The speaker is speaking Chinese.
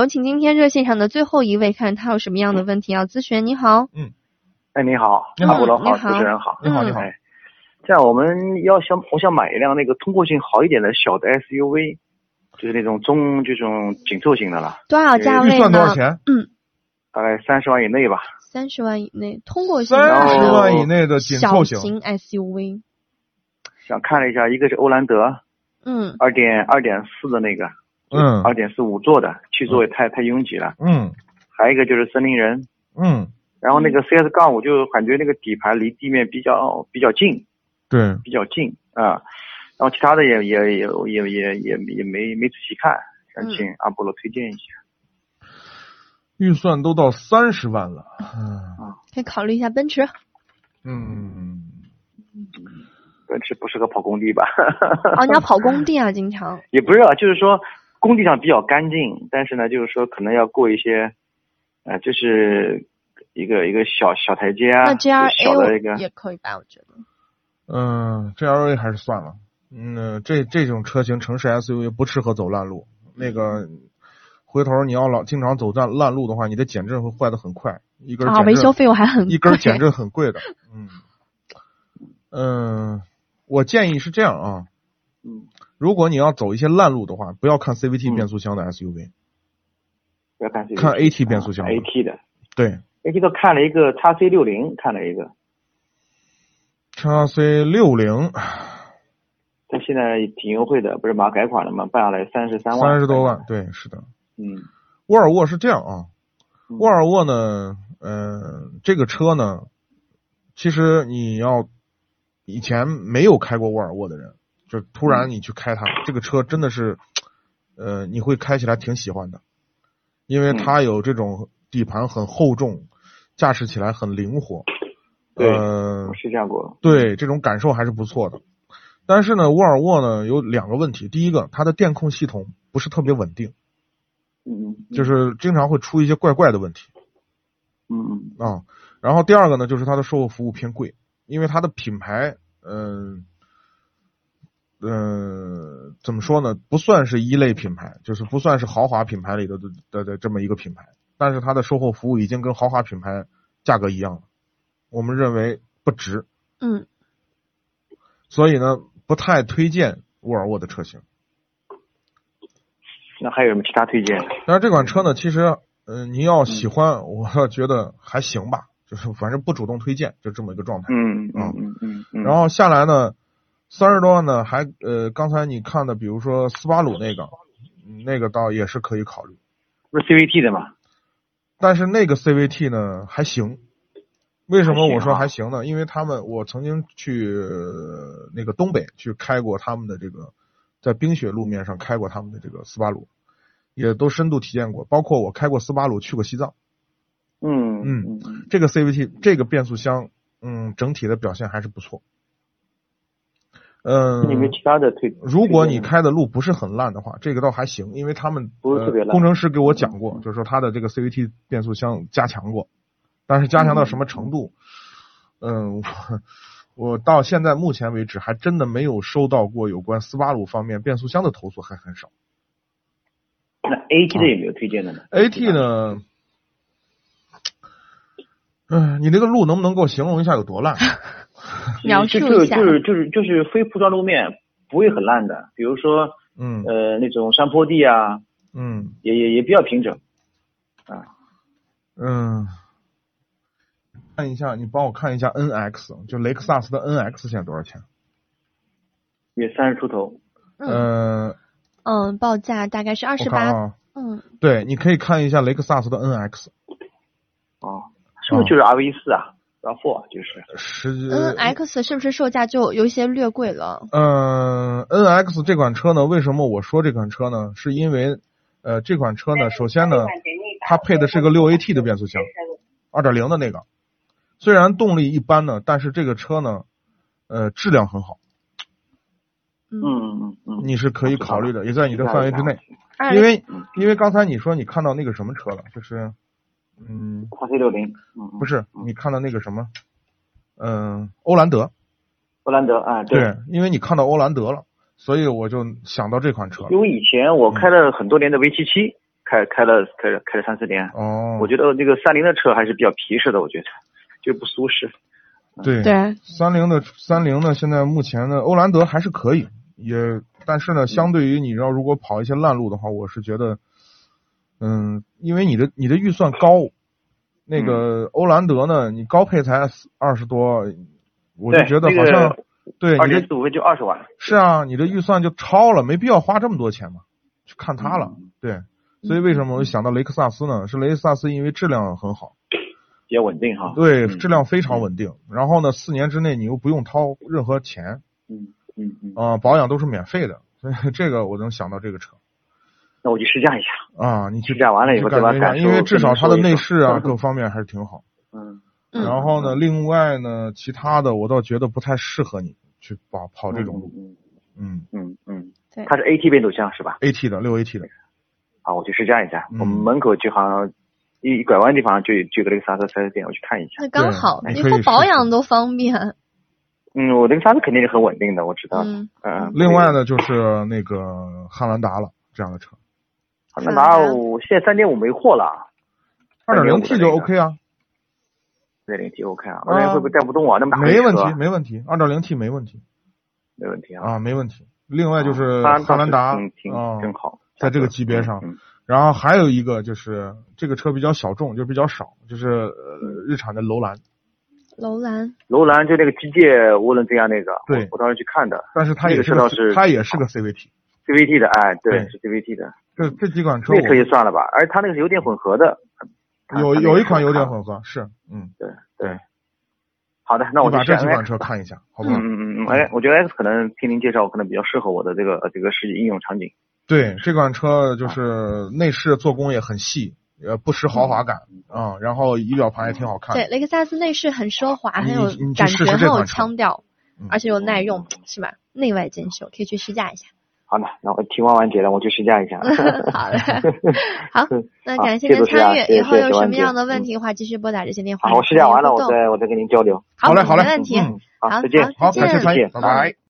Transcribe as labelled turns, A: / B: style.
A: 有请今天热线上的最后一位，看他有什么
B: 嗯
A: 样的问题要咨询。你好，
C: 哎，你好，
A: 你
C: 阿
A: 好
C: 布罗
A: 你
C: 好，
A: 好
C: 主持人好。
A: 嗯
B: 你好，你好，
C: 哎，这样我们要想，我想买一辆那个通过性好一点的小的 SUV，就是那种中这种紧凑型的了，
A: 多少价
B: 预
A: 位
B: 算多少
A: 呢？
B: 钱？
C: 大概三十万以内吧。
A: 三十万以内，通过性
B: 三
A: 的
B: 十
C: 然后
B: 万以内的紧
A: 小
B: 凑型，
A: 型 SUV，
C: 想看了一下，一个是欧蓝德，
A: 嗯，
C: 二点二点四的那个，
B: 嗯
C: 二点四五座的，七座也太太拥挤了。
B: 嗯
C: 还有一个就是森林人，
B: 嗯，
C: 然后那个 CS 杠我就感觉那个底盘离地面比较比较近，
B: 对，
C: 比较近啊。然后其他的也也也也也也也没没仔细看，想请阿波罗推荐一下。
B: 预算都到三十万了，嗯
A: 可以考虑一下奔 驰。
B: 嗯，
C: 奔驰不适合跑工地吧？
A: 哦，你要跑工地啊，经 常。
C: 也不是啊，就是说工地上比较干净，但是呢，就是说可能要过一些，呃，就是一个一个小小台阶啊，
A: 那
C: 就小的一个
A: GRA 也可以吧？我觉得。
B: 嗯，GLA 还是算了。嗯，这这种车型城市 SUV 不适合走烂路。那个，
C: 嗯
B: 回头你要老经常走烂烂路的话，你的减震会坏的很快，一根儿
A: 啊，
B: 减
A: 维
B: 震
A: 修费用还很贵。
B: 一根儿减震很贵的。嗯，嗯，我建议是这样啊，
C: 嗯，
B: 如果你要走一些烂路的话，不要看 CVT
C: 嗯
B: 变速箱的 SUV，
C: 不要看这个
B: 看 AT 变速箱的
C: 啊 a t 的
B: 对，
C: ，AT 的看了一个叉 C 六零，看了一个，
B: 叉 C 六零
C: 它现在挺优惠的，不是马上改款了吗？办下来三十三万，
B: 三十多万，，对，是的。
C: 嗯，
B: 沃尔沃是这样啊，
C: 嗯
B: 沃尔沃呢，呃，这个车呢，其实你要以前没有开过沃尔沃的人，就突然
C: 嗯
B: 你去开它，这个车真的是，呃，你会开起来挺喜欢的，
C: 嗯
B: 因为它有这种底盘很厚重，驾驶起来很灵活，
C: 对
B: 呃
C: 我，试驾过，
B: 对，这种感受还是不错的。但是呢，沃尔沃呢有两个问题，第一个，它的电控系统不是特别稳定，
C: 嗯，嗯
B: 就是经常会出一些怪怪的问题。
C: 嗯嗯
B: 啊。然后第二个呢，就是它的售后服务偏贵，因为它的品牌，嗯、嗯、怎么说呢，不算是一类品牌，就是不算是豪华品牌里的的的的这么一个品牌，但是它的售后服务已经跟豪华品牌价格一样了，我们认为不值，
A: 嗯，
B: 所以呢，不太推荐沃尔沃的车型。
C: 那还有什么其他推荐？
B: 但是这款车呢，其实，嗯、您要喜欢，我觉得还行吧，就是反正不主动推荐，就这么一个状态。
C: 嗯嗯嗯嗯嗯，
B: 然后下来呢，三十多万呢，还呃，刚才你看的，比如说斯巴鲁那个，嗯那个倒也是可以考虑，
C: 不是 CVT 的嘛，
B: 但是那个 CVT 呢还行。为什么我
C: 还
B: 说
C: 啊
B: 还行呢？因为他们我曾经去呃那个东北去开过他们的这个，在冰雪路面上开过他们的这个斯巴鲁，也都深度体验过，包括我开过斯巴鲁去过西藏。
C: 嗯
B: 嗯
C: 嗯嗯。
B: 这个 CVT 这个变速箱，嗯，整体的表现还是不错。嗯，
C: 你们其他的推？
B: 如果你
C: 推荐吗，
B: 开的路不是很烂的话，这个倒还行，因为他们
C: 不是特别
B: 呃
C: 烂嗯
B: 工程师给我讲过，就是说他的这个 CVT 变速箱加强过，但是加强到什么程度？嗯，我我到现在目前为止还真的没有收到过有关斯巴鲁方面变速箱的投诉，还很少。
C: 那 AT 的有没有推荐的呢
B: AT？呢？嗯、你那个路能不能够形容一下 有多烂？嗯
A: 描
C: 就
A: 述
C: 就
A: 一下。
C: 就是就是就是非铺装路面，不会很烂的，比如说
B: 嗯
C: 呃那种山坡地啊，
B: 嗯
C: 也也也比较平整。
B: 嗯，看一下，你帮我看一下 NX，就雷克萨斯的 NX 现在多少钱？
C: 也三十出头，
A: 嗯
B: 呃，
A: 嗯，报价大概是二
B: 我
A: 十八。
B: 看啊，
A: 嗯，
B: 对，你可以看一下雷克萨斯的 NX，
C: 哦，是不是就是 RV 四啊，RAV4 就是？
B: 十
A: N X 是不是售价就有一些略贵了？
B: 呃 NX 这款车呢，为什么我说这款车呢？是因为呃这款车呢，首先呢，它配的是个六 AT 的变速箱，二点零的那个，虽然动力一般呢，但是这个车呢，呃质量很好，
A: 嗯，
C: 嗯嗯嗯，
B: 你是可以考虑的，也在你的范围之内。
A: 二
B: 因为
C: 嗯
B: 因为刚才你说你看到那个什么车了，就是嗯
C: 叉 C 六零，嗯，
B: 不
C: 是
B: 是你看到那个什么，嗯、欧蓝德。
C: 布兰德啊，
B: 对，因为你看到欧蓝德了，所以我就想到这款车了。
C: 因为以前我开了很多年的 V 七七，开开了开了开了三四年。
B: 哦，
C: 我觉得那个三菱的车还是比较皮实的，我觉得就不舒适。
B: 对
A: 对，
B: 三菱的三菱呢，现在目前呢，欧蓝德还是可以，也但是呢，相对于你要如果跑一些烂路的话，我是觉得，嗯，因为你的你的预算高，那个
C: 嗯
B: 欧蓝德呢，你高配才二十多，我就
C: 对
B: 觉得
C: 那
B: 好
C: 个
B: 像、对
C: 二
B: 你
C: 点
B: 的
C: 四五就二十万。
B: 是啊，你的预算就超了，没必要花这么多钱嘛，去看它了，
C: 嗯
B: 对。所以为什么我就想到雷克萨斯呢？是雷克萨斯因为质量很好，
C: 比较稳定哈。
B: 对，
C: 嗯
B: 质量非常稳定。然后呢，四年之内你又不用掏任何钱，
C: 嗯嗯嗯，
B: 啊、保养都是免费的，所以这个我能想到这个车
C: 那我去试驾一下。
B: 啊，你去
C: 试驾完了以
B: 去
C: 后
B: 感
C: 再把
B: 觉一下，
C: 感受
B: 因为至少它的
C: 跟你说一说
B: 内 饰啊各方面还是挺好。
C: 嗯，
A: 嗯
B: 然后呢，另外呢，其他的我倒觉得不太适合你去跑跑哦这种路，
C: 嗯
B: 嗯
C: 嗯嗯
A: 对
C: 嗯，它是 AT 变速箱是吧？
B: ，A T 的六 A T 的，
C: 啊，我去试驾一下。
B: 嗯
C: 我们门口就好像一一拐弯地方就有就有个雷克萨斯4 S 店，我去看一下。
A: 那刚好，
B: 对
A: 以
B: 你可以
A: 后保
B: 试试
A: 养都方
B: 啊
A: 便。
C: 嗯，我雷克萨斯肯定是很稳定的，我知道。
A: 嗯，
C: 嗯，
B: 另外呢就是那个汉兰达了这样的车，
C: 好，那拿我现在三点五没货了，
B: 二点零
C: 2.0
B: T 就 OK 啊，
C: 三点零 T OK 啊，我感觉会不会带不动啊？那么大个
B: 嗯没问
C: 车
B: 题，没问题，二点零 T 没问题
C: 没问题啊。
B: 啊，没问题。另外就是
C: 啊
B: 汉兰达
C: 挺挺
B: 啊，
C: 真好，
B: 在这个级别上
C: 嗯，
B: 然后还有一个就是这个车比较小众，就比较少，就是呃日产的楼兰，
A: 楼兰，
C: 楼兰就那个机械涡轮增压那个，
B: 对
C: 我我当时去看的
B: 但是它
C: 那
B: 也
C: 个
B: 是
C: 车
B: 个
C: 倒是
B: 它也是个 CVT。
C: CVT 的，哎，对
B: 对，
C: 是 CVT 的，
B: 这这几款车
C: 那个车也
B: 我
C: 算了吧，而它那个是油电混合的，它
B: 有
C: 它那个
B: 有一款
C: 车
B: 有点
C: 看
B: 混合，是嗯，
C: 对
B: 对
C: 对。好的，那
B: 你
C: 我就
B: 把这
C: 选
B: 几
C: X
B: 款车看一下，好不
C: 嗯
B: 好？
C: 嗯嗯嗯，哎，我觉得 X 可能听您介绍，可能比较适合我的这个呃这个实际应用场景。
B: 对，这款车就是内饰做工也很细，呃，不失豪华感
C: 嗯
B: 啊，然后仪表盘也挺好看
A: 对，
B: 的，
A: 雷克萨斯内饰很奢华，
B: 啊你
A: 很有
B: 你去
A: 感
B: 试
A: 觉，
B: 试这
A: 很有
B: 款车
A: 腔调
B: 嗯，
A: 而且又耐用，是吧？内外兼修，可以去试驾一 下。
C: 好的，那我听完完结了，我去试驾一 下。
A: 好嘞，好，那
C: 好
A: 感谢
C: 谢
A: 您
C: 主持人啊
A: 参与，
C: 谢谢
A: 以后
C: 谢谢
A: 有什
C: 万
A: 么
C: 姐
A: 样的问
C: 嗯
A: 题的话，继续拨打热线电话。
C: 好，我试驾完了，
A: 互
C: 我
A: 动
C: 再我再跟您交流。
B: 好嘞好嘞
A: 没问题。
B: 嗯
C: 好，
A: 好
C: 再见。
A: 好
B: 好，感谢
A: 再
B: 参与，
C: 见嗯
B: 拜拜。